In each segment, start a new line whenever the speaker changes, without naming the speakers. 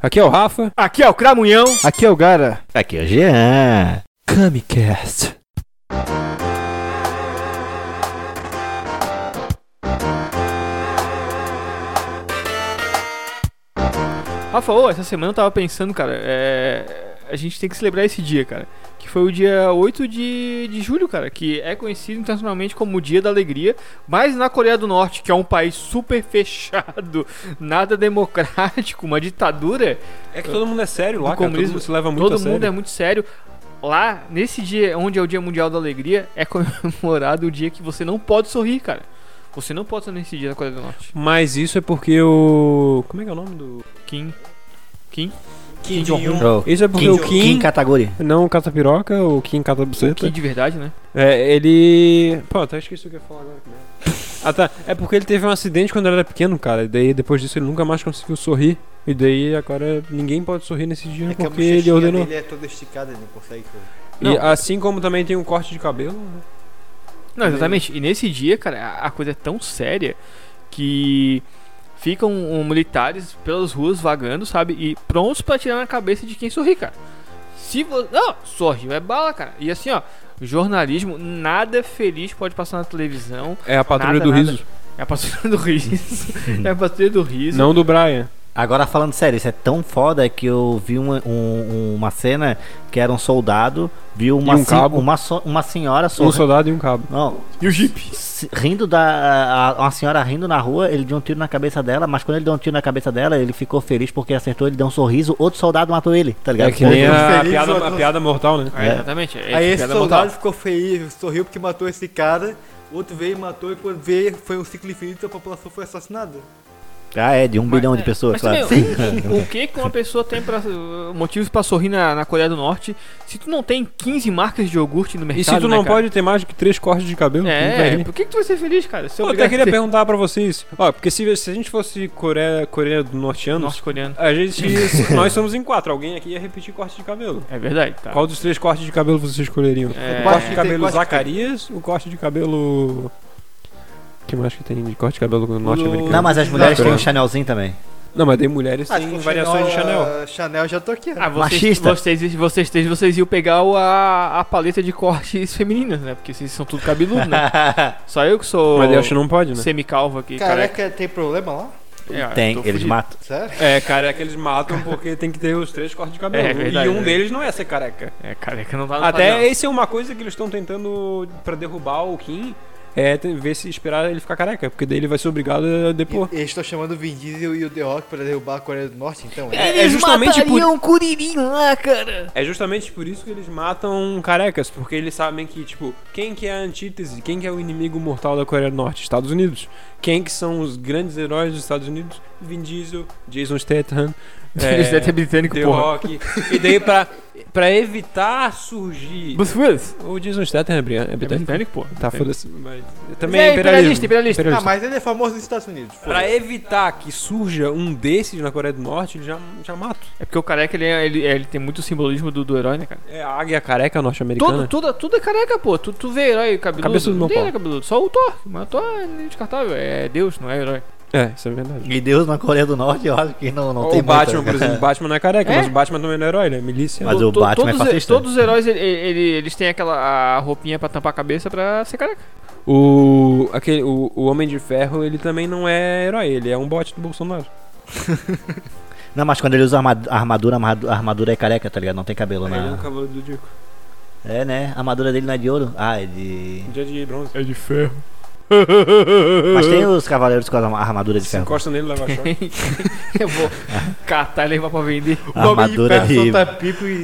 Aqui é o Rafa.
Aqui é o Cramunhão.
Aqui é o Gara.
Aqui é o Jean.
Camicast.
Rafa, ô, essa semana eu tava pensando, cara, é... a gente tem que celebrar esse dia, cara. Que foi o dia 8 de, de julho, cara, que é conhecido internacionalmente como o Dia da Alegria, mas na Coreia do Norte, que é um país super fechado, nada democrático, uma ditadura,
É que todo mundo é sério lá, cara.
Do
Todo
comunismo,
mundo se leva muito
todo
a
mundo
sério.
é muito sério. Lá, nesse dia onde é o Dia Mundial da Alegria, é comemorado o dia que você não pode sorrir, cara. Você não pode sorrir nesse dia na Coreia do Norte.
Mas isso é porque o... Como é que é o nome do...
Kim.
Kim
Jong-un.
Oh.
Isso é porque
Kim,
o Kim...
Kim Kataguri.
Não o catapiroca, o Kim catabuceta.
Kim de verdade, né?
É, ele... Pô, até esqueci o que eu ia falar agora. que merda. Ah, tá. É porque ele teve um acidente quando ele era pequeno, cara. E daí, depois disso, ele nunca mais conseguiu sorrir. E daí, agora, ninguém pode sorrir nesse dia
É que a
porque ele ordenou.
Ele é todo esticado, ele não consegue. correr.
E assim como também tem um corte de cabelo, né?
Não, exatamente. E nesse dia, cara, a- a coisa é tão séria que ficam um, militares pelas ruas vagando, sabe? E prontos pra tirar na cabeça de quem sorri, cara. Se você. Não, sorriu é bala, cara. E assim, ó, jornalismo, nada feliz pode passar na televisão.
É a patrulha
Nada,
do
nada.
riso.
É a patrulha do riso. é a patrulha do riso.
Não do Brian.
Agora falando sério, isso é tão foda que eu vi uma, um- uma cena que era um soldado, viu uma,
E um
sen-
cabo.
uma, so- uma senhora
Um
sorrindo.
soldado e um cabo.
Não,
E o Jeep.
se- rindo da. a- a- uma senhora rindo na rua, ele deu um tiro na cabeça dela, mas quando ele deu um tiro na cabeça dela, ele ficou feliz porque acertou, ele deu um sorriso, outro soldado matou ele, tá ligado?
É que nem a, a
Feliz,
piada,
outro-
a piada mortal, né?
É,
É.
exatamente. É,
Aí
é
esse
piada
soldado
mortal.
ficou feliz, sorriu porque matou esse cara. Outro veio e matou, e quando veio, foi um ciclo infinito, a população foi assassinada.
Ah, é, de um bilhão de pessoas,
Mas
claro.
também, o, o que que uma pessoa tem pra, motivos pra sorrir na, na Coreia do Norte se tu não tem 15 marcas de iogurte no mercado?
E se tu
né,
não
cara?
pode ter mais do que três cortes de cabelo, tu vai
É,
rir.
por que, que tu vai ser feliz, cara? Se
Pô, eu até
obrigado
queria
a ser
perguntar pra vocês. Ó, porque se, se a gente fosse Coreia, Coreia do Norteano,
norte-coreano.
a gente. nós somos em quatro. Alguém aqui ia repetir corte de cabelo.
É verdade, tá.
Qual dos três cortes de cabelo vocês escolheriam?
É.
O corte de
Tem
cabelo
corte de
Zacarias, o corte de cabelo. que mais que tem de corte de cabelo norte-americano?
Não, mas as mulheres
Não,
têm um
pera.
chanelzinho também.
Não, mas tem mulheres
se
sem
for
variações de Chanel.
ah, Chanel já tô aqui. né?
Ah, vocês,
Machista.
vocês, vocês, vocês, três, vocês iam pegar o- a, a paleta de cortes femininas, né? Porque vocês são tudo cabeludo, né? Só eu que sou
Mas eu acho que não pode, né?
semi-calvo aqui,
Careca
careca.
tem problema lá?
Ah,
É,
Tem,
tô
eles
fudido.
matam.
Sério?
É, careca eles matam porque tem que ter os três cortes de cabelo.
É, é verdade,
e um
né?
deles não é ser careca.
É, careca não tá no padrão.
Até esse é uma coisa que eles estão tentando pra derrubar o Kim. É tem- ver se esperar ele ficar careca, porque daí ele vai ser obrigado a depor.
Eles estão chamando o Vin Diesel e o The Rock pra derrubar a Coreia do Norte, então? É.
É, é justamente por,
um curirim lá, cara.
é justamente por isso que eles matam carecas, porque eles sabem que, tipo, quem que é a antítese, quem que é o inimigo mortal da Coreia do Norte? Estados Unidos. Quem que são os grandes heróis dos Estados Unidos? Vin Diesel, Jason Statham. é,
Eles devem ter britânico,
The
porra.
Rock. E daí pra, pra evitar surgir.
Bruce Willis.
O Jason Statham é bri- é
É
britânico?
britânico, porra.
Tá,
Sim.
foda-se. Mas
Também é imperialista, imperialista.
Ah, mas ele é famoso nos Estados Unidos.
Pra evitar que surja um desses na Coreia do Norte, ele já, já mata.
É porque o careca, ele, é- ele, ele tem muito simbolismo do, do herói, né, cara?
É a águia careca norte-americana.
Todo, tudo, tudo é careca, pô. Tu, tu vê herói cabeludo.
Cabeça do
não
meu
tem
pau.
herói cabeludo. Só o Thor. Mas o Thor é descartável. É Deus, não é herói.
É, isso é verdade.
E Deus na Coreia do Norte, eu acho que não, não tem
o Batman,
muita...
por exemplo. O Batman não é careca,
É?
mas o Batman também não é herói, ele é milícia.
Mas
To-
o
to-
Batman é
todos,
fascista.
Todos os heróis, ele- ele- eles têm aquela a roupinha pra tampar a cabeça pra ser careca.
O, aquele, o, o Homem de Ferro, ele também não é herói, ele é um bot do Bolsonaro.
Não, mas quando ele usa armad- armadura, armadu- a armadura é careca, tá ligado? Não tem cabelo,
Ele é um
né?
cavalo do Dico.
É, né? A armadura dele não é de ouro. Ah, é de...
Um Dia de bronze.
É de ferro.
Mas tem os cavaleiros com a armadura de
Se
ferro.
encosta nele, leva choque.
Eu vou catar e levar pra vender.
A armadura de...
um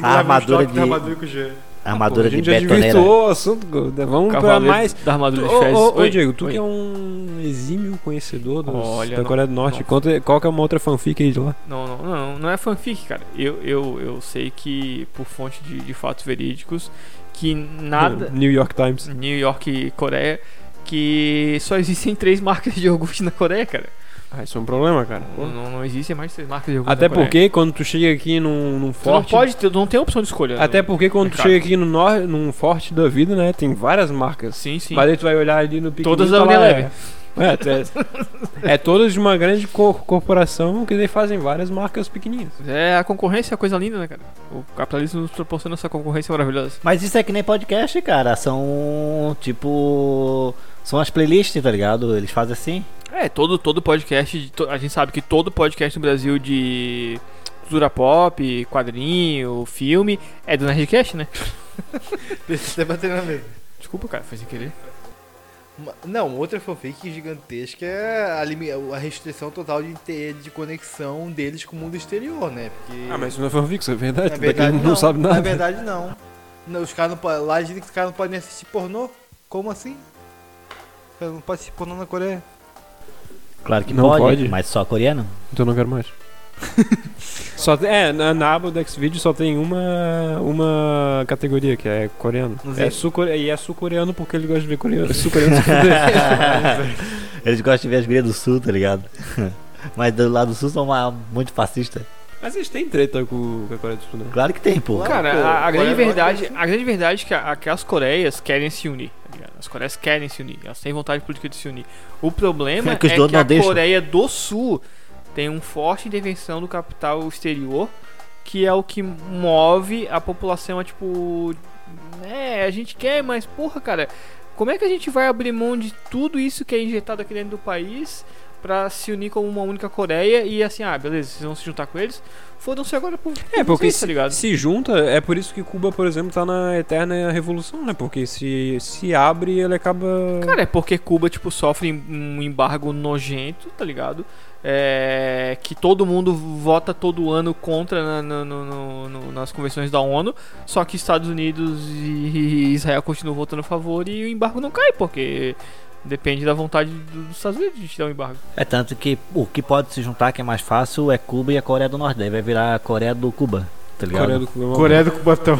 A armadura de...
tá? Pô,
Armadura
a
de
gente já
betoneira.
desvirtuou o assunto, Golda. Vamos pra
Cavaleiro
é mais...
Da armadura de
Ô,
fezes.
ô, ô,
Oi,
Diego, tu
oi.
que é um exímio conhecedor dos- da
Olha, não-
Coreia do Norte,
não.
conta, qual que é uma outra fanfic aí de lá?
Não, não, não, não é fanfic, cara. Eu, eu, eu sei que, por fonte de, de fatos verídicos, que nada.
New York Times.
New York e Coreia, que só existem três marcas de iogurte na Coreia, cara.
Ah, isso é um problema, cara.
Não, não, não existem mais três marcas de iogurte
Até
na Coreia.
porque quando tu chega aqui num, num
Tu não
forte...
pode ter, tu não tem opção de escolha. né?
Até porque quando tu
Mercado.
chega aqui no nor, num forte da vida, né, tem várias marcas.
Sim, sim.
Mas aí tu vai olhar ali no piquenique
Todas
tá
da
lá,
Unilever.
é, É, tu é, é todos de uma grande co- corporação que daí fazem várias marcas pequenininhas.
É, a concorrência é uma coisa linda, né, cara? O capitalismo nos proporciona essa concorrência maravilhosa.
Mas isso é que nem podcast, cara. São tipo. São as playlists, tá ligado? Eles fazem assim.
É, todo, todo podcast, de to- a gente sabe que todo podcast no Brasil de cultura pop, quadrinho, filme, é do Nerdcast, né?
Precisa até bater na mesa.
Desculpa, cara, foi sem querer.
Ma- Não, outra fanfic gigantesca é a, limi- a restrição total de, ter, de conexão deles com o mundo exterior, né? Porque...
Ah, mas isso não é fanfic, isso é verdade.
Na
Daqui a
verdade,
pouco
não,
não, sabe nada.
Na verdade, não. não os caras não podem. Lá dizem que os caras não podem assistir pornô. Como assim? Os caras Não pode assistir pornô na Coreia.
Claro que
Não
pode,
pode.
mas só coreano.
Então eu não quero mais. só tem- é, na, na aba do Xvideo só tem uma, uma categoria, que é coreano.
Não sei.
É sul-coreano, e é sul-coreano porque ele gosta de ver coreano. Sul-coreano se fuder.
Eles gostam de ver as gurias do sul, tá ligado? Mas do lado do sul são uma- muito fascistas.
Mas eles têm treta com, com a Coreia do Sul, né?
Claro que tem, pô.
Claro.
Cara,
pô,
a, a grande
Coreia do Norte
verdade,
é
a grande verdade é que, a, que as Coreias querem se unir. tá ligado? As Coreias querem se unir, elas têm vontade política de se unir. O problema
É
é
que
que,
os donos não
a
deixam.
Coreia do Sul tem uma forte intervenção do capital exterior, que é o que move a população a tipo, é, a gente quer, mas porra, cara, como é que a gente vai abrir mão de tudo isso que é injetado aqui dentro do país pra se unir como uma única Coreia e assim, ah, beleza, vocês vão se juntar com eles? Fodam-se agora por
É, porque
vocês, tá
se,
ligado?
se junta, é por isso que Cuba, por exemplo, tá na eterna revolução, né? Porque se, se abre, ele acaba.
Cara, é porque Cuba, tipo, sofre um embargo nojento, tá ligado? É, que todo mundo vota todo ano contra na- na- no- no- no- nas convenções da ONU, só que Estados Unidos e Israel continuam votando a favor e o embargo não cai, porque depende da vontade do- dos Estados Unidos de tirar o embargo.
É tanto que o que pode se juntar, que é mais fácil, é Cuba e a Coreia do Norte. Daí vai virar a Coreia do Cuba, tá ligado?
Coreia do Cuba. é uma-
Coreia do Cubatão.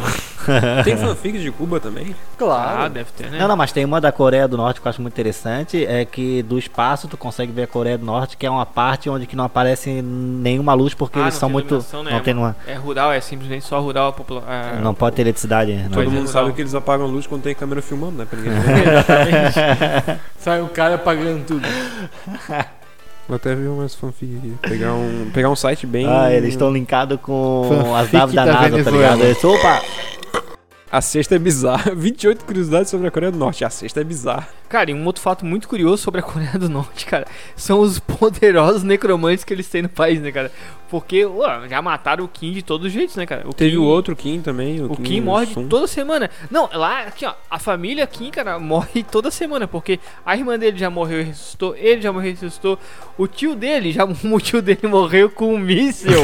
Tem fanfics de Cuba também?
Ah, deve ter, né?
Não, não, mas tem uma da Coreia do Norte que eu acho muito interessante, é que do espaço tu consegue ver a Coreia do Norte, que é uma parte onde que não aparece nenhuma luz porque
Ah,
eles
não
são
tem
muito
iluminação
não
nenhuma. Tá.
tem uma,
É rural, é simplesmente só rural a população.
não pode ter eletricidade, né? não
Todo
Pois é.
mundo sabe que eles apagam a luz quando tem câmera filmando, né? Pra ninguém ver.
Sai o cara pagando tudo.
Vou até ver umas fanfic aqui. Pegar um, pegar um site bem.
Ah, eles estão linkados com
Fanfic
as naves da,
da
NASA, tá
Venezuela.
ligado? Eles, opa!
A sexta é bizarra. 28 curiosidades sobre a Coreia do Norte. A sexta é bizarra.
Cara, e um outro fato muito curioso sobre a Coreia do Norte, cara, são os poderosos necromantes que eles têm no país, né, cara? Porque ué, já mataram o Kim de todos os jeitos, né, cara? O
Teve
Kim,
o outro Kim também. O,
O Kim morre
Sung.
toda semana. Não, lá, aqui, ó, a família Kim, cara, morre toda semana, porque a irmã dele já morreu e ressuscitou, ele já morreu e ressuscitou, o tio dele, já o tio dele morreu com um míssil,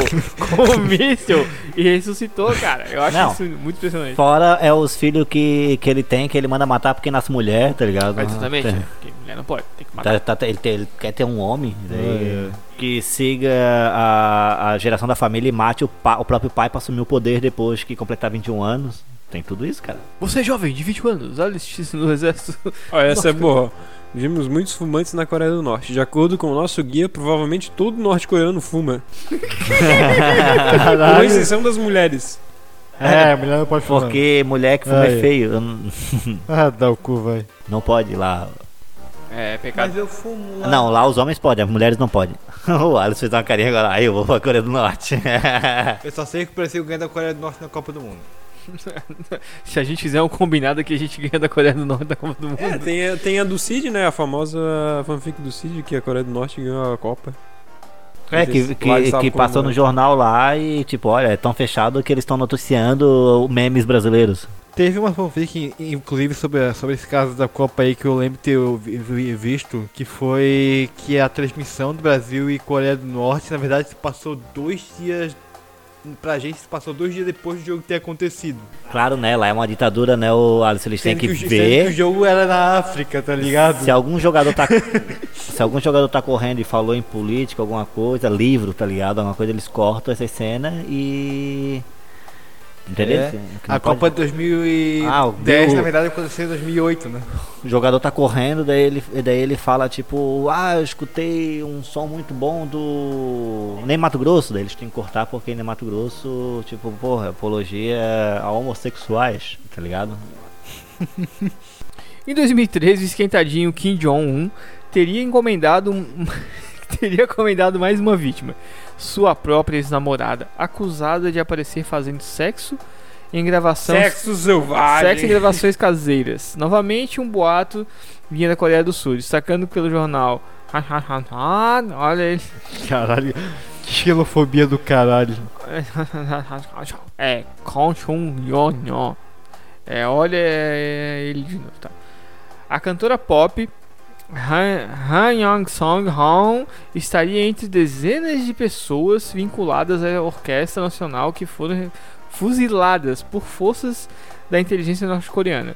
com um míssil, e ressuscitou, cara. Eu acho
Não.
isso muito impressionante.
Fora é os filhos que, que ele tem, que ele manda matar porque nasce mulher, tá ligado?
Mas Exatamente,
Tem-
porque mulher não pode, tem que matar.
Tá- tá- ele, tem- ele quer ter um homem daí, que siga a, a geração da família e mate o, pa- o próprio pai pra assumir o poder depois que completar 21 anos. Tem tudo isso, cara.
Você é jovem, de 20 anos, olha isso no exército.
Olha, essa é boa. Vimos muitos fumantes na Coreia do Norte. De acordo com o nosso guia, provavelmente todo norte-coreano fuma.
Ah, é.
Com exceção das mulheres.
É, mulher não pode fumar.
Porque mulher que fuma é
Aí.
feio. eu não-
Ah, dá o cu, vai.
Não pode lá.
É, pecado.
Mas eu fumo lá.
Não, lá os homens podem, as mulheres não podem. o Alisson fez uma carinha agora. Aí eu vou pra Coreia do Norte. É,
Eu só sei que o Brasil ganha da Coreia do Norte na Copa do Mundo.
Se a gente fizer um combinado que a gente ganha da Coreia do Norte da Copa do Mundo.
É, tem, a- tem a do Cid, né? A famosa fanfic do Cid, que a Coreia do Norte ganhou a Copa.
É,
Lá
que,
eles
que,
estavam
que passou
comemorando.
no jornal lá e, tipo, olha, é tão fechado que eles estão noticiando memes brasileiros.
Teve uma fanfic, inclusive, sobre, a- sobre esse caso da Copa aí que eu lembro ter vi- vi- visto, que foi que a transmissão do Brasil e Coreia do Norte, na verdade, se passou dois dias. Pra gente, se passou dois dias depois do jogo ter acontecido.
Claro, né? Lá é uma ditadura, né? O Alisson, eles têm
Sendo
que
o, jo- sendo que o
ver.
jogo era na África, tá ligado?
Se algum jogador tá. se algum jogador tá correndo e falou em política, alguma coisa, livro, tá ligado? Alguma coisa, eles cortam essa cena e. Entendeu?
É.
Que não
A
pode-
Copa de 2010,
Ah, o Bill-
na verdade, aconteceu em 2008, né?
O jogador tá correndo, daí ele, e daí ele fala tipo, ah, eu escutei um som muito bom do Nem Mato Grosso, daí eles têm que cortar porque Nem Mato Grosso, tipo, porra, apologia a homossexuais, tá ligado?
Em 2013, o esquentadinho Kim Jong-un teria encomendado um- teria encomendado mais uma vítima, sua própria ex-namorada, acusada de aparecer fazendo sexo em gravação
Sexo selvagem.
Sexo e gravações caseiras. Novamente um boato vinha da Coreia do Sul, destacando pelo jornal. Olha ele.
Caralho. Que xilofobia do caralho.
É, Konchun Yonyo. É, olha ele de novo, tá? A cantora pop Han, Han Young Song Han estaria entre dezenas de pessoas vinculadas à Orquestra Nacional que foram fuziladas por forças da inteligência norte-coreana.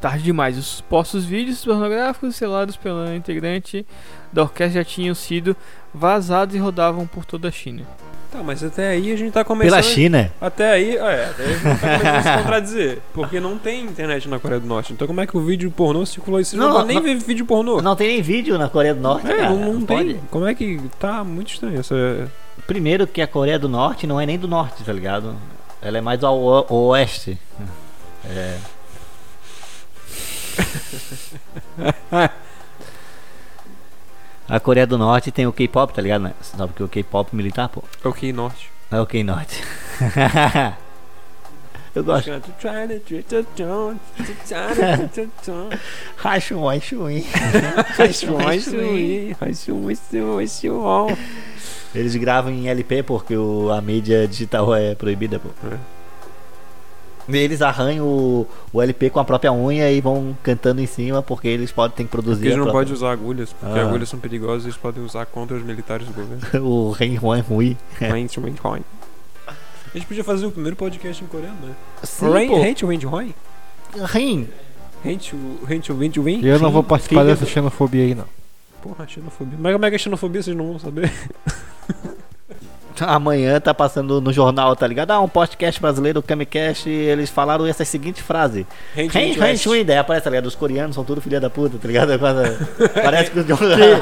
Tarde demais, os postos vídeos pornográficos selados pela integrante da orquestra já tinham sido vazados e rodavam por toda a China.
Tá, mas até aí a gente tá começando.
Pela China?
Até aí, é, até aí a gente tá começando a se contradizer. Porque não tem internet na Coreia do Norte. Então como é que o vídeo pornô circulou isso? Não,
Não,
nem
não-
ver vídeo pornô.
Não tem nem vídeo na Coreia do Norte,
é,
cara.
não, não tem.
pode.
Como é que. Tá muito estranho essa. é
Primeiro que a Coreia do Norte não é nem do norte, tá ligado? Ela é mais ao o- oeste. É. A Coreia do Norte tem o K-pop, tá ligado? Né? Sabe que o K-pop militar, pô.
Ok, Norte.
É o K-Norte. Eu gosto. Racho, racho, hein? Eles gravam em LP porque o- a mídia digital é proibida, pô. E Eles arranham o, o LP com a própria unha e vão cantando em cima porque eles podem ter que produzir.
Porque eles
a
não podem
própria-
usar agulhas, porque
Ah.
agulhas são perigosas e eles podem usar contra os militares do governo.
o Ren Juan é Rui.
Hate Wind Hoi. A gente podia fazer o primeiro podcast em coreano, né?
Sim, pô.
Rain- Hate Wind Hoi?
Ren.
Hate Hate Wind Win?
Eu não vou participar
Sim.
dessa xenofobia aí, não.
Porra, xenofobia. Mas como é que é xenofobia, vocês não vão saber.
Amanhã tá passando no jornal, tá ligado? Ah, um podcast brasileiro, o Kamicast, eles falaram essa seguinte frase. Ren
é
Juan Rui. Daí aparece, tá ligado? Os coreanos são tudo filha da puta, tá ligado? É quase- Parece que o-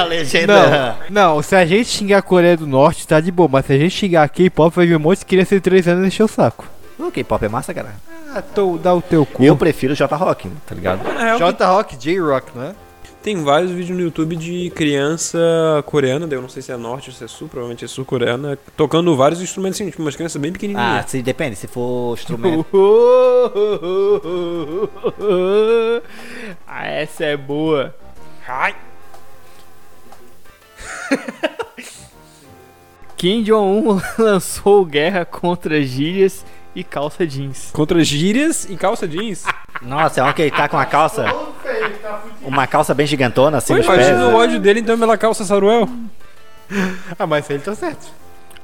a legenda...
Não, não, se a gente xingar a Coreia do Norte, tá de boa, mas se a gente xingar a K-pop, vai vir um monte de criança de 3 anos e encher o saco.
O K-pop é massa, cara.
Ah, tô, dá o teu cu.
Eu prefiro J-Rock, tá ligado?
J-Rock, J-Rock, né?
Tem vários vídeos no YouTube de criança coreana, daí eu não sei se é norte ou se é sul, provavelmente é sul-coreana, tocando vários instrumentos, assim, tipo umas crianças bem
Ah,
pequenininhas.
se depende, se for instrumento.
Ah, essa é boa.
Ai.
Kim Jong-un lançou guerra contra gírias e calça jeans.
Contra gírias e calça jeans.
Nossa, é um que ele tá com uma calça. Uma calça bem gigantona, assim,
Pois
nos pés.
imagina o ódio dele então pela calça Saruel.
Ah, mas ele tá certo.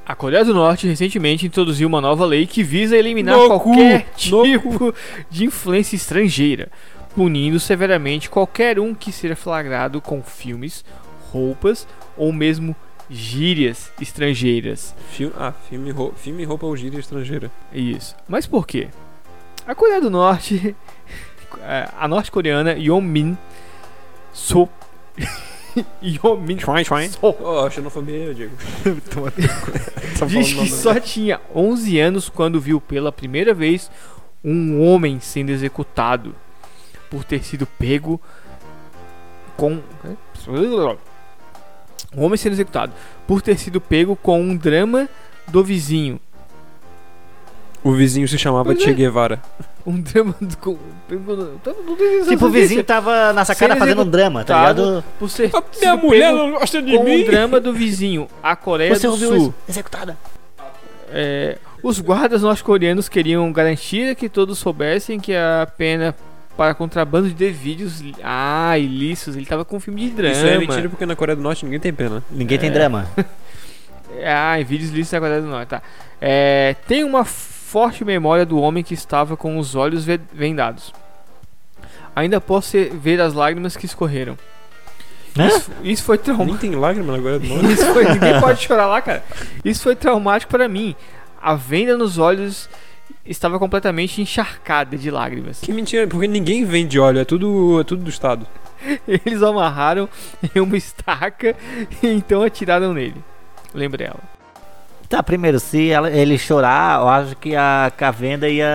A Coreia do Norte recentemente introduziu uma nova lei que visa eliminar
No cu,
qualquer
no
tipo de influência estrangeira, punindo severamente qualquer um que seja flagrado com filmes, roupas ou mesmo gírias estrangeiras.
Fil- ah, filme, ro- filme roupa ou gíria estrangeira.
Isso. Mas por quê? A Coreia do Norte, eh, a norte-coreana Yomin So Yomin
Chuan, chuan.
So
Oh, xenofobia, eu digo.
diz que só tinha 11 anos quando viu pela primeira vez um homem sendo executado por ter sido pego com um homem sendo executado por ter sido pego com um drama do vizinho
O vizinho se chamava
Pois é.
Che Guevara.
um drama do. com- pegou- todo mundo tem essa
Tipo, o vizinho tava na sacada
Ser
fazendo um drama, tá ligado?
notícia. Por ser sido
Minha mulher
pego
não gosta de
com
mim.
um drama do vizinho, a Coreia
Você
é do
ouviu
Sul.
isso? Executada.
É, os guardas norte-coreanos queriam garantir que todos soubessem que a pena para contrabando de devídeos ah, ilícitos, ele tava com um filme de drama.
Isso é mentira porque na Coreia do Norte ninguém tem pena.
Ninguém tem drama.
Ah, em vídeos listos da Coreia do Norte, tá. É, tem uma forte memória do homem que estava com os olhos ve- vendados. Ainda posso ser- ver as lágrimas que escorreram.
Hã?
Isso, isso foi traumático.
Nem tem lágrima na Coreia do Norte.
Isso foi, ninguém pode chorar lá, cara. Isso foi traumático para mim. A venda nos olhos estava completamente encharcada de lágrimas.
que mentira, porque ninguém vende óleo, é tudo, é tudo do Estado.
Eles o amarraram em uma estaca e então atiraram nele. Lembra ela.
Tá, primeiro, se ela- ele chorar, eu acho que a Cavenda ia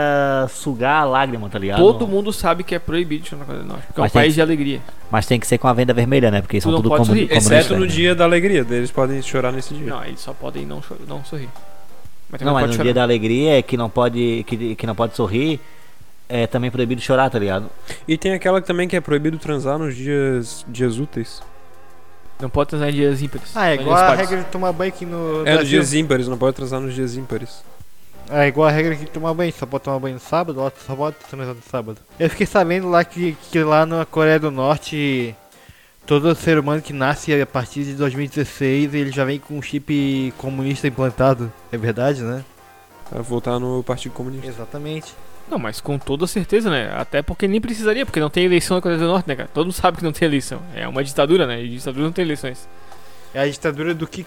sugar a lágrima, tá ligado?
Todo mundo sabe que é proibido chorar na Coreia do Norte, porque é um
Mas tem
país
que-
de alegria.
Mas tem que ser com a venda vermelha, né? Porque são
não
tudo
pode
comu-
sorrir,
comunistas.
Exceto no
né?
dia da alegria, eles podem chorar nesse dia.
Não, eles só podem não, cho- não sorrir. Mas também
Não, mas
pode
no
chorar.
dia da alegria é que não pode, que, que não pode sorrir, é também proibido chorar, tá ligado?
E tem aquela também que é proibido transar nos dias, dias úteis.
Não pode transar em dias ímpares.
Ah, é
Só em
igual
dias
a
pares.
regra de tomar banho aqui no
É, nos
Brasil.
dias ímpares, não pode transar nos dias ímpares.
É igual a regra de tomar banho, só pode tomar banho no sábado, lá só pode transar no sábado. Eu fiquei sabendo lá que, que lá na Coreia do Norte, todo ser humano que nasce a partir de 2016, ele já vem com um chip comunista implantado. É verdade, né?
Pra É voltar no Partido Comunista.
Exatamente.
Não, mas com toda certeza, né? Até porque nem precisaria, porque não tem eleição na Coreia do Norte, né, cara? Todo mundo sabe que não tem eleição. É uma ditadura, né? E ditadura não tem eleições.
É a ditadura do que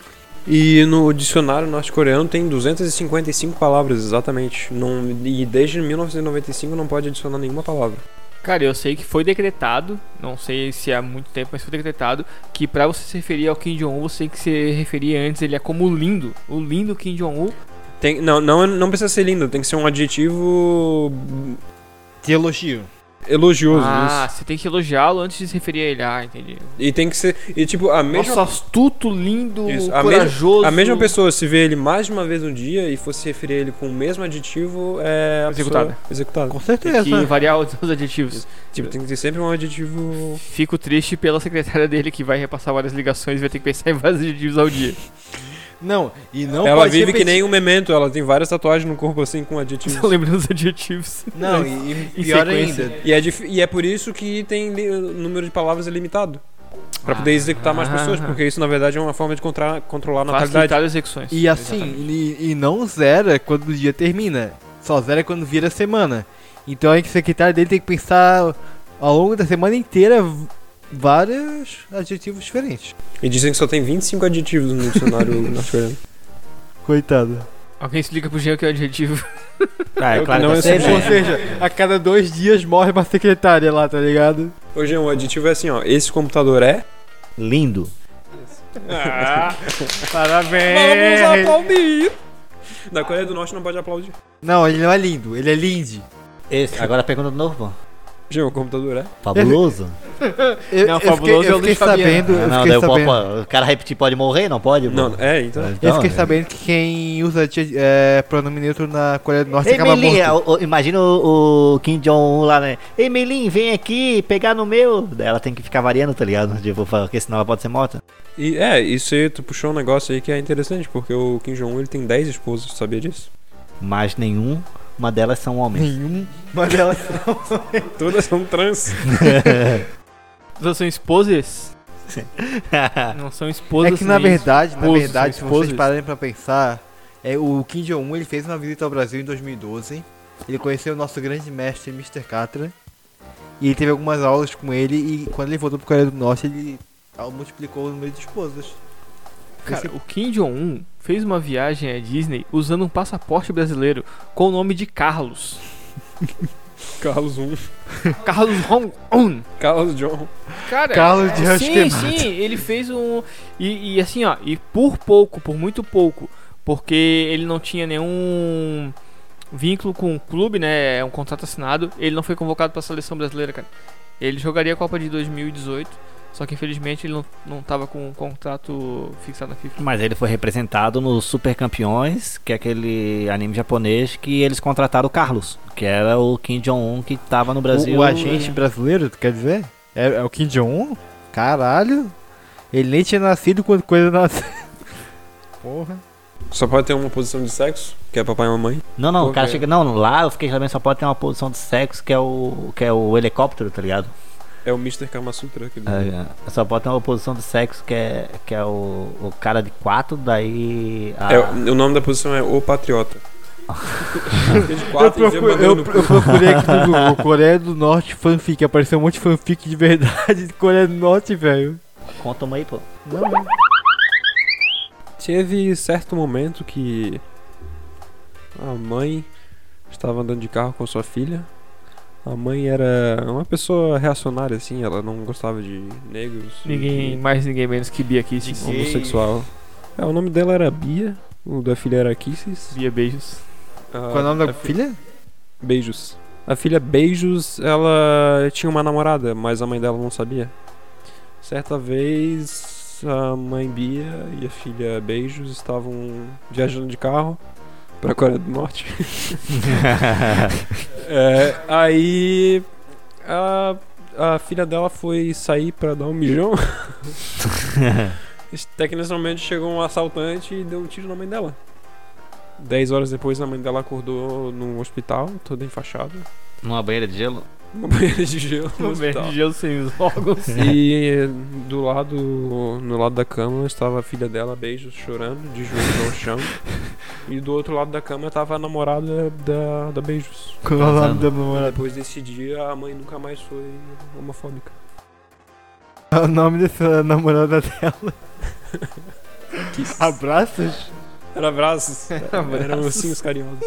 E no dicionário norte-coreano tem 255 palavras, exatamente. Não, e desde 1995 não pode adicionar nenhuma palavra.
Cara, eu sei que foi decretado, não sei se há muito tempo, mas foi decretado que pra você se referir ao Kim Jong-un, você tem que se referir antes ele é como o lindo, o lindo Kim Jong-un.
Tem, não, não, não precisa ser lindo, tem que ser um adjetivo
te elogio.
elogioso.
Ah,
isso.
você tem que elogiá-lo antes de se referir a ele. Ah, entendi.
E tem que ser. E tipo, a mesma
Nossa, astuto, lindo,
Isso, a
corajoso.
A mesma pessoa, se vê ele mais de uma vez no dia e fosse referir a ele com o mesmo adjetivo, é. a pessoa
Executada.
Executada.
Com
Tem que
certeza.
variar os os adjetivos.
Tipo, tem que ter sempre um adjetivo.
Fico triste pela secretária dele que vai repassar várias ligações e vai ter que pensar em vários adjetivos ao dia.
Não, e não
ela
pode
vive que
repetir.
nem um memento, ela tem várias tatuagens no corpo assim com adjetivos.
Só lembrando os adjetivos.
Não, e, e
Em
pior
sequência.
ainda.
E é, dif- e é por isso que tem li- o número de palavras é limitado. Pra poder executar mais pessoas,
Ah.
porque isso na verdade é uma forma de contra- controlar a natalidade.
tá-
Facilitar as execuções.
E assim, e, e não zera quando o dia termina. Só zera quando vira a semana. Então aí que o secretário dele tem que pensar ao longo da semana inteira v- vários adjetivos diferentes.
E dizem que só tem 25 adjetivos no dicionário norte-coreano.
Coitado.
Alguém explica pro Jean o que é adjetivo.
Ah, é
Eu-
claro
não,
que
eu
é sempre,
Ou
sou-
né?
seja, a cada dois dias morre uma secretária lá, tá ligado?
Hoje é um adjetivo é assim, ó. Esse computador é.
Lindo.
Parabéns!
aplaudir! Na Coreia do Norte não pode aplaudir.
Não, ele não é lindo, ele é lind.
Esse, agora pergunta de novo,
Gente, o computador é.
pô. Fabuloso?
Eu,
Não,
eu fiquei,
fabuloso é o
eu fiquei
Luiz Fabiano.
sabendo.
Ah,
Eu
não,
fiquei
daí o
sabendo.
pô, o cara repetir pode morrer, não pode? pô?
Não, é, então.
Eu
Então,
fiquei
é.
sabendo que quem usa adje- é, pronome neutro na Coreia do Norte
Ei,
acaba morto.
Meilin, o- o- imagina o, o Kim Jong-un lá, né? Ei, Meilin, vem aqui pegar no meu. Daí ela tem que ficar variando, tá ligado? Tipo, porque senão ela pode ser morta.
E, é, isso aí, tu puxou um negócio aí que é interessante, porque o Kim Jong-un ele tem 10 esposas, tu sabia disso?
Mas nenhum, uma delas são homens.
Nenhum. Mas ela
Todas são trans.
Não são esposas? Não são esposas.
É que na
nem-
verdade, na
esposos,
verdade, se
esposas.
vocês pararem pra pensar, é, o Kim Jong-un ele fez uma visita ao Brasil em 2012. Ele conheceu o nosso grande mestre, Mr. Catra. E ele teve algumas aulas com ele. E quando ele voltou pro Coreia do Norte, ele ah, multiplicou o número de esposas.
Cara, o Kim Jong-un fez uma viagem à Disney usando um passaporte brasileiro com o nome de Carlos.
Carlos 1.
Carlos Jong-un.
Carlos John.
Cara,
Carlos de
Sim,
Rasquemar.
sim, ele fez um. E, e assim, ó, e por pouco, por muito pouco, porque ele não tinha nenhum vínculo com o clube, né? É um contrato assinado, ele não foi convocado pra seleção brasileira, cara. Ele jogaria a Copa de 2018, só que infelizmente ele não, não tava com um contrato fixado na FIFA.
Mas ele foi representado no Super Campeões, que é aquele anime japonês que eles contrataram o Carlos, que era o Kim Jong-un que tava no Brasil. né?
O, o agente brasileiro, tu quer dizer? É, é o Kim Jong-un? Caralho! Ele nem tinha nascido quando coisa nasceu. Porra.
Só pode ter uma posição de sexo, que é papai e mamãe.
Não, não, o cara
Ok.
chega. Não, lá eu fiquei sabendo só pode ter uma posição de sexo que é o, que é o helicóptero, tá ligado?
É o Mr. Kama Sutra. Aquele...
É, só pode ter uma posição de sexo que é, que é o, o cara de quatro, daí. A...
É, o nome da posição é O Patriota. de
Eu,
quatro,
procu- eu- eu procurei aqui no Google, Coreia do Norte fanfic, apareceu um monte de fanfic de verdade de Coreia do Norte, velho.
Conta uma aí, pô.
Teve certo momento que a mãe estava andando de carro com sua filha. A mãe era uma pessoa reacionária, assim, ela não gostava de negros. e
Ninguém, mais ninguém menos que Bia aqui. tipo,
homossexual. É, o nome dela era Bia, O da filha era Kisses.
Via beijos.
Ah,
Qual é o nome
a
da
fi-
filha?
Beijos. A filha Beijos, ela tinha uma namorada, mas a mãe dela não sabia. Certa vez, a mãe Bia e a filha Beijos estavam viajando de carro pra Coreia do Norte. É, aí a, a filha dela foi sair pra dar um mijão. Tecnicamente chegou um assaltante e deu um tiro na mãe dela. Dez horas depois a mãe dela acordou num hospital, toda enfaixada,
Numa banheira de gelo?
numa banheira de gelo no hospital.
gelo sem os órgãos.
E do lado, no lado da cama estava a filha dela, beijos, chorando, de joelhos ao chão. E do outro lado da cama estava a namorada da, da Beijos.
Qual é o nome da namorada?
Depois desse dia, a mãe nunca mais foi homofóbica.
Qual é o nome dessa namorada
é
dela? Abraços?
Era abraços. Eram ursinhos carinhosos.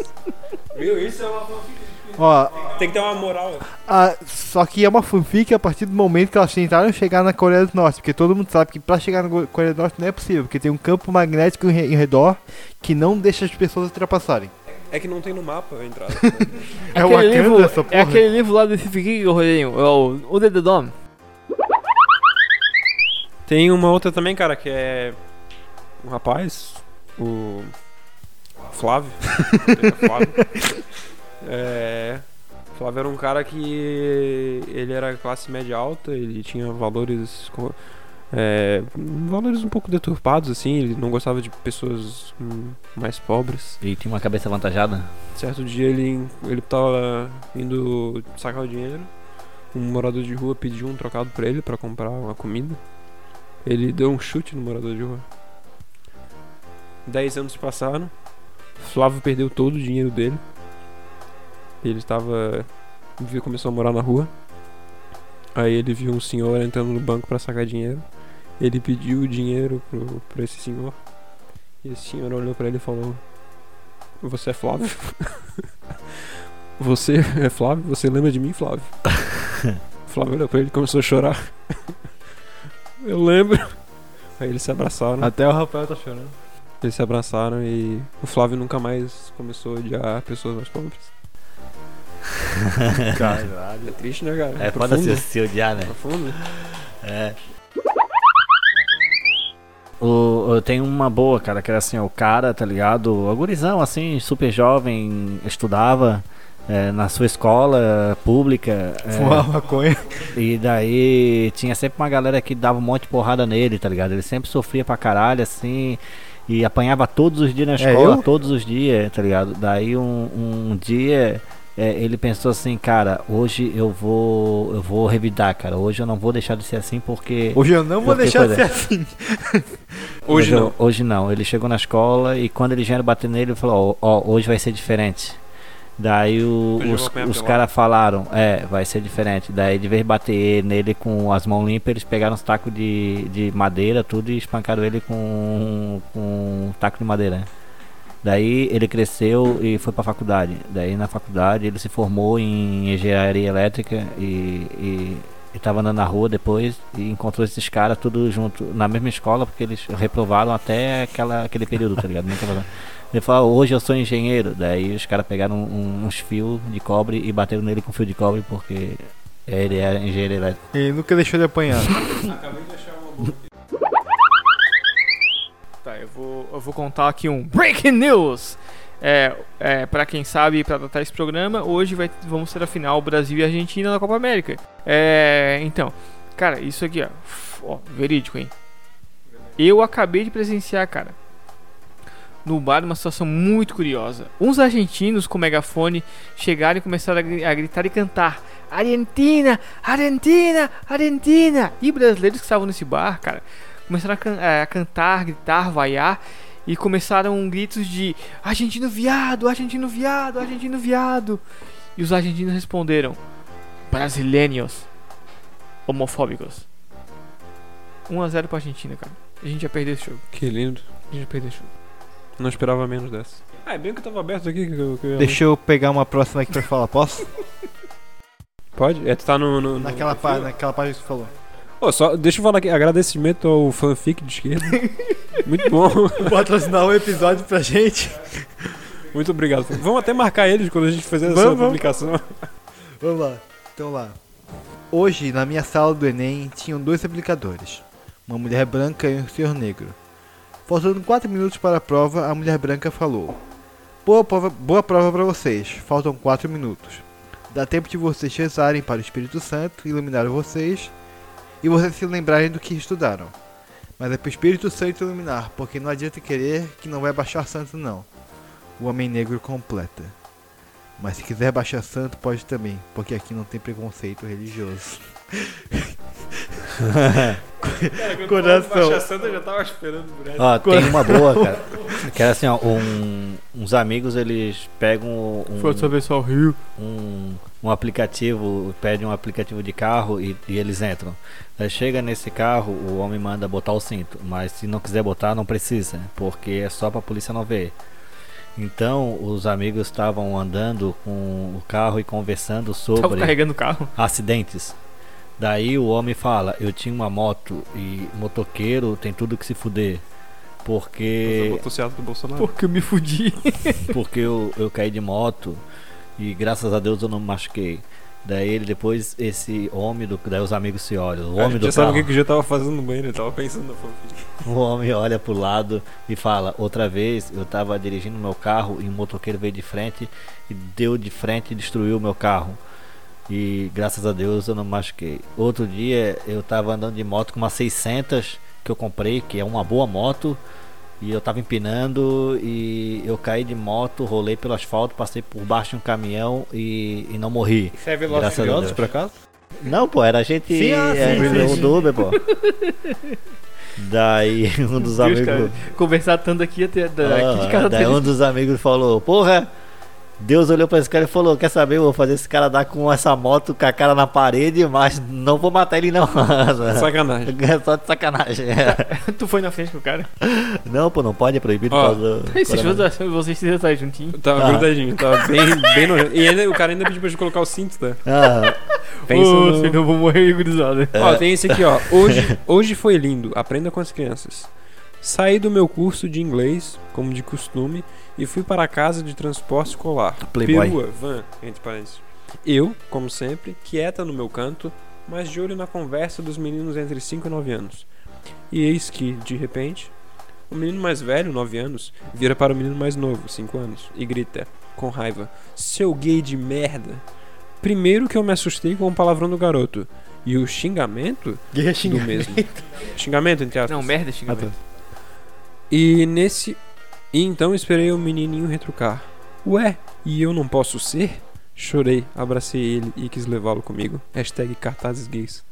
Viu? Isso é uma fanfic.
Ó,
Tem que ter uma moral.
Ah, só que é uma fanfic a partir do momento que elas tentaram chegar na Coreia do Norte, porque todo mundo sabe que pra chegar na Go- Coreia do Norte não é possível, porque tem um campo magnético em, re- em redor que não deixa as pessoas ultrapassarem.
É que não tem no mapa a entrada.
É
aquele
Wakanda
livro,
essa porra?
É aquele livro lá desse fiquinho, Rodrigo. É o, o The The Dome.
tem uma outra também, cara, que é. Um rapaz. O. Flávio. É, Flávio. É. Flávio era um cara que. Ele era classe média alta, ele tinha valores. co- é, valores um pouco deturpados, assim. Ele não gostava de pessoas hum, mais pobres.
E tinha uma cabeça avantajada?
Certo dia ele, ele tava indo sacar o dinheiro. Um morador de rua pediu um trocado pra ele pra comprar uma comida. Ele deu um chute no morador de rua. Dez anos se passaram. Flávio perdeu todo o dinheiro dele. Ele estava. viu- começou a morar na rua. Aí ele viu um senhor entrando no banco pra sacar dinheiro. Ele pediu o dinheiro pro, pra esse senhor. E esse senhor olhou pra ele e falou: Você é Flávio? Você é Flávio? Você lembra de mim, Flávio? Flávio olhou pra ele e começou a chorar. Eu lembro. Aí eles se
Ah.
abraçaram.
Até o Rafael tá chorando.
Eles se abraçaram e o Flávio nunca mais começou a odiar pessoas mais pobres.
Caralho.
É triste, né, cara?
É foda se se odiar, né?
Profundo.
É. O, eu tenho uma boa, cara, que era assim, ó, o cara, tá ligado? O gurizão, assim, super jovem, estudava é, na sua escola pública. é,
Fumar maconha.
e daí tinha sempre uma galera que dava um monte de porrada nele, tá ligado? Ele sempre sofria pra caralho, assim, e apanhava todos os dias na
É,
escola,
eu?
todos os dias, tá ligado? Daí um, um dia é, ele pensou assim, cara, hoje eu vou. Eu vou revidar, cara. Hoje eu não vou deixar de ser assim porque.
Hoje eu não vou
Porque,
deixar de
pois
ser
é.
assim.
Hoje
Mas é um- eu-
não.
Hoje não. Ele chegou na escola e quando eles vieram bater nele, ele falou: Ó, ó, hoje vai ser diferente. Daí o-
Hoje eu vou
os,
apanhar
os
pelado.
caras falaram: É, vai ser diferente. Daí, de vez de bater nele com as mãos limpas, eles pegaram os tacos de, de madeira, tudo, e espancaram ele com, com um taco de madeira. Daí ele cresceu e foi pra faculdade. Daí na faculdade ele se formou em engenharia elétrica e, e, e tava andando na rua depois e encontrou esses caras tudo junto na mesma escola porque eles reprovaram até aquela, aquele período, tá ligado? Nunca passaram. ele falou, "Ah, hoje eu sou engenheiro. Daí os caras pegaram um- uns fios de cobre e bateram nele com fio de cobre porque ele era engenheiro elétrico.
Ele nunca deixou de apanhar.
Tá, eu vou, eu vou contar aqui um Breaking News! É, é, pra quem sabe, pra tratar esse programa, hoje vai, vamos ter a final Brasil e Argentina na Copa América. É, então, cara, isso aqui, ó, f- ó, verídico, hein? Eu acabei de presenciar, cara, no bar uma situação muito curiosa. Uns argentinos com megafone chegaram e começaram a, gri- a gritar e cantar: Argentina, Argentina, Argentina! E brasileiros que estavam nesse bar, cara começaram a, can- eh, a cantar, gritar, vaiar e começaram gritos de argentino viado, argentino viado, argentino viado. E os argentinos responderam: brasileiros homofóbicos. 1 a 0 pra Argentina, cara. A gente já perdeu esse jogo.
Que lindo.
A gente já perdeu esse jogo.
Não esperava menos dessa. Ah, é bem que eu tava aberto aqui. Que eu, que eu-
Deixa eu pegar uma próxima aqui pra falar, posso?
Pode? É, tu tá no. no, no
Naquela, pá- naquela página que você falou.
Ô, só, deixa eu falar aqui, agradecimento ao fanfic de esquerda. Muito bom.
Patrocinar um episódio pra gente.
Muito obrigado. Vamos até marcar eles quando a gente fizer essa
Vamos, vamos.
publicação.
Vamos lá, então lá. Hoje, na minha sala do Enem, tinham dois aplicadores. Uma mulher branca e um senhor negro. Faltando 4 minutos para a prova, a mulher branca falou. Boa prova, boa prova para vocês. Faltam 4 minutos. Dá tempo de vocês rezarem para o Espírito Santo, iluminar vocês e vocês se lembrarem do que estudaram. Mas é para o Espírito Santo iluminar, porque não adianta querer que não vai baixar santo não. O homem negro completa. Mas se quiser baixar santo, pode também, porque aqui não tem preconceito religioso. Coração.
eu já tava esperando por essa.
Ó, tem uma boa, cara. Que era assim, ó, um- uns amigos eles pegam um,
Foi outra vez só o Rio.
um, um aplicativo, pedem um aplicativo de carro e, e eles entram. Aí chega nesse carro, o homem manda botar o cinto, mas se não quiser botar, não precisa, porque é só pra polícia não ver. Então, os amigos estavam andando com o carro e conversando
Tava
sobre
carregando o carro.
acidentes. Daí o homem fala: Eu tinha uma moto e motoqueiro tem tudo que se fuder. Porque,
do Bolsonaro.
Porque eu me fudi.
porque eu, eu caí de moto e graças a Deus eu não me machuquei. Daí ele depois, esse homem do. Daí os amigos se olham. O homem
já
do
sabe
carro.
o que, que eu já tava fazendo no banheiro, ele tava pensando na fanfic.
O homem olha pro lado e fala: Outra vez eu tava dirigindo meu carro e um motoqueiro veio de frente e deu de frente e destruiu meu carro. E graças a Deus eu não me machuquei. Outro dia eu tava andando de moto com uma 600 que eu comprei, que é uma boa moto, e eu tava empinando e eu caí de moto, rolei pelo asfalto, passei por baixo de um caminhão e, e não morri.
Isso é
Velozes e Graças a Furiosos, Deus. por
acaso?
Não, pô, era a gente.
Sim, ah,
é,
sim,
do-
sim, sim.
do Uber, pô. Daí um dos
Deus,
amigos.
cara. Conversar tanto aqui até da-
Ah,
aqui de casa
daí
dele.
um dos amigos falou, porra, Deus olhou pra esse cara e falou, quer saber, eu vou fazer esse cara dar com essa moto com a cara na parede, mas não vou matar ele não.
Sacanagem.
É Só de sacanagem.
Tu foi na frente com o cara.
não, pô, não pode, é proibido.
Ó,
por causa do
Esses
coronavírus.
dois, vocês se detalhem juntinho.
Tava
Ah.
grudadinho, tava bem, bem nojento. E ainda- o cara ainda pediu pra gente colocar o cinto, tá?
Ah,
Pensa
Ô,
no-
senão eu vou morrer, gurizada.
Ó, tem esse aqui, ó. Hoje, hoje foi lindo, aprenda com as crianças. Saí do meu curso de inglês, como de costume, e fui para a casa de transporte escolar.
Playboy.
Perua, van, entre parênteses. Eu, como sempre, quieta no meu canto, mas de olho na conversa dos meninos entre 5 e 9 anos. E eis que, de repente, o menino mais velho, 9 anos, vira para o menino mais novo, 5 anos, e grita, com raiva: Seu gay de merda! Primeiro que eu me assustei com o palavrão do garoto. E o xingamento
Guerra
do mesmo. xingamento, entre aspas.
Não, merda, xingamento.
E nesse. E então esperei o menininho retrucar. Ué, e eu não posso ser? Chorei, abracei ele e quis levá-lo comigo. Hashtag cartazes gays.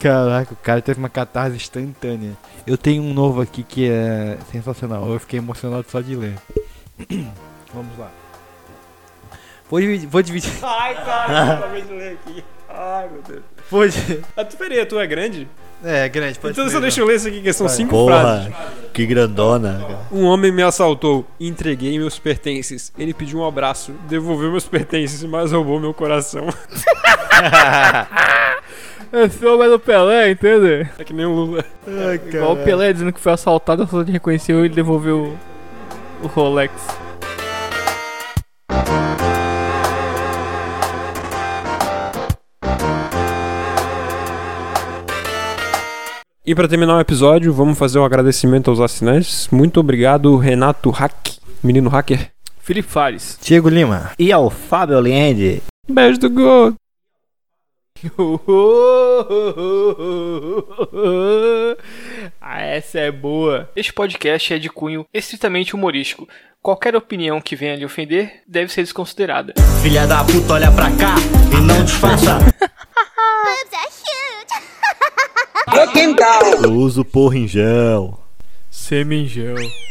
Caraca, o cara teve uma catarse instantânea. Eu tenho um novo aqui que é sensacional. Eu fiquei emocionado só de ler. Vamos lá. Vou dividir. Vou dividir.
Ai, cara, acabei de ler aqui. Ai, meu Deus.
Vou di-
Ah, tu peraí, a tua é grande?
É, grande, pode
então
ler,
só deixa eu ler isso aqui, que são
Vai.
cinco frases.
porra, que grandona. cara.
Um homem me assaltou, entreguei meus pertences. Ele pediu um abraço, devolveu meus pertences, mas roubou meu coração.
Eu sou mais o é Pelé, entende?
É que nem o Lula.
Ai, cara.
Igual o Pelé dizendo que foi assaltado, só te reconheceu e ele devolveu o Rolex.
E pra terminar o episódio, vamos fazer um agradecimento aos assinantes. Muito obrigado, Renato Hack, menino hacker.
Felipe Fares.
Diego Lima.
E ao Fábio Oliende,
Beijo do gol.
ah, essa é boa. Este podcast é de cunho estritamente humorístico. Qualquer opinião que venha lhe ofender deve ser desconsiderada.
filha da puta, olha pra cá e não disfarça. Eu uso porra em gel.
Semingel.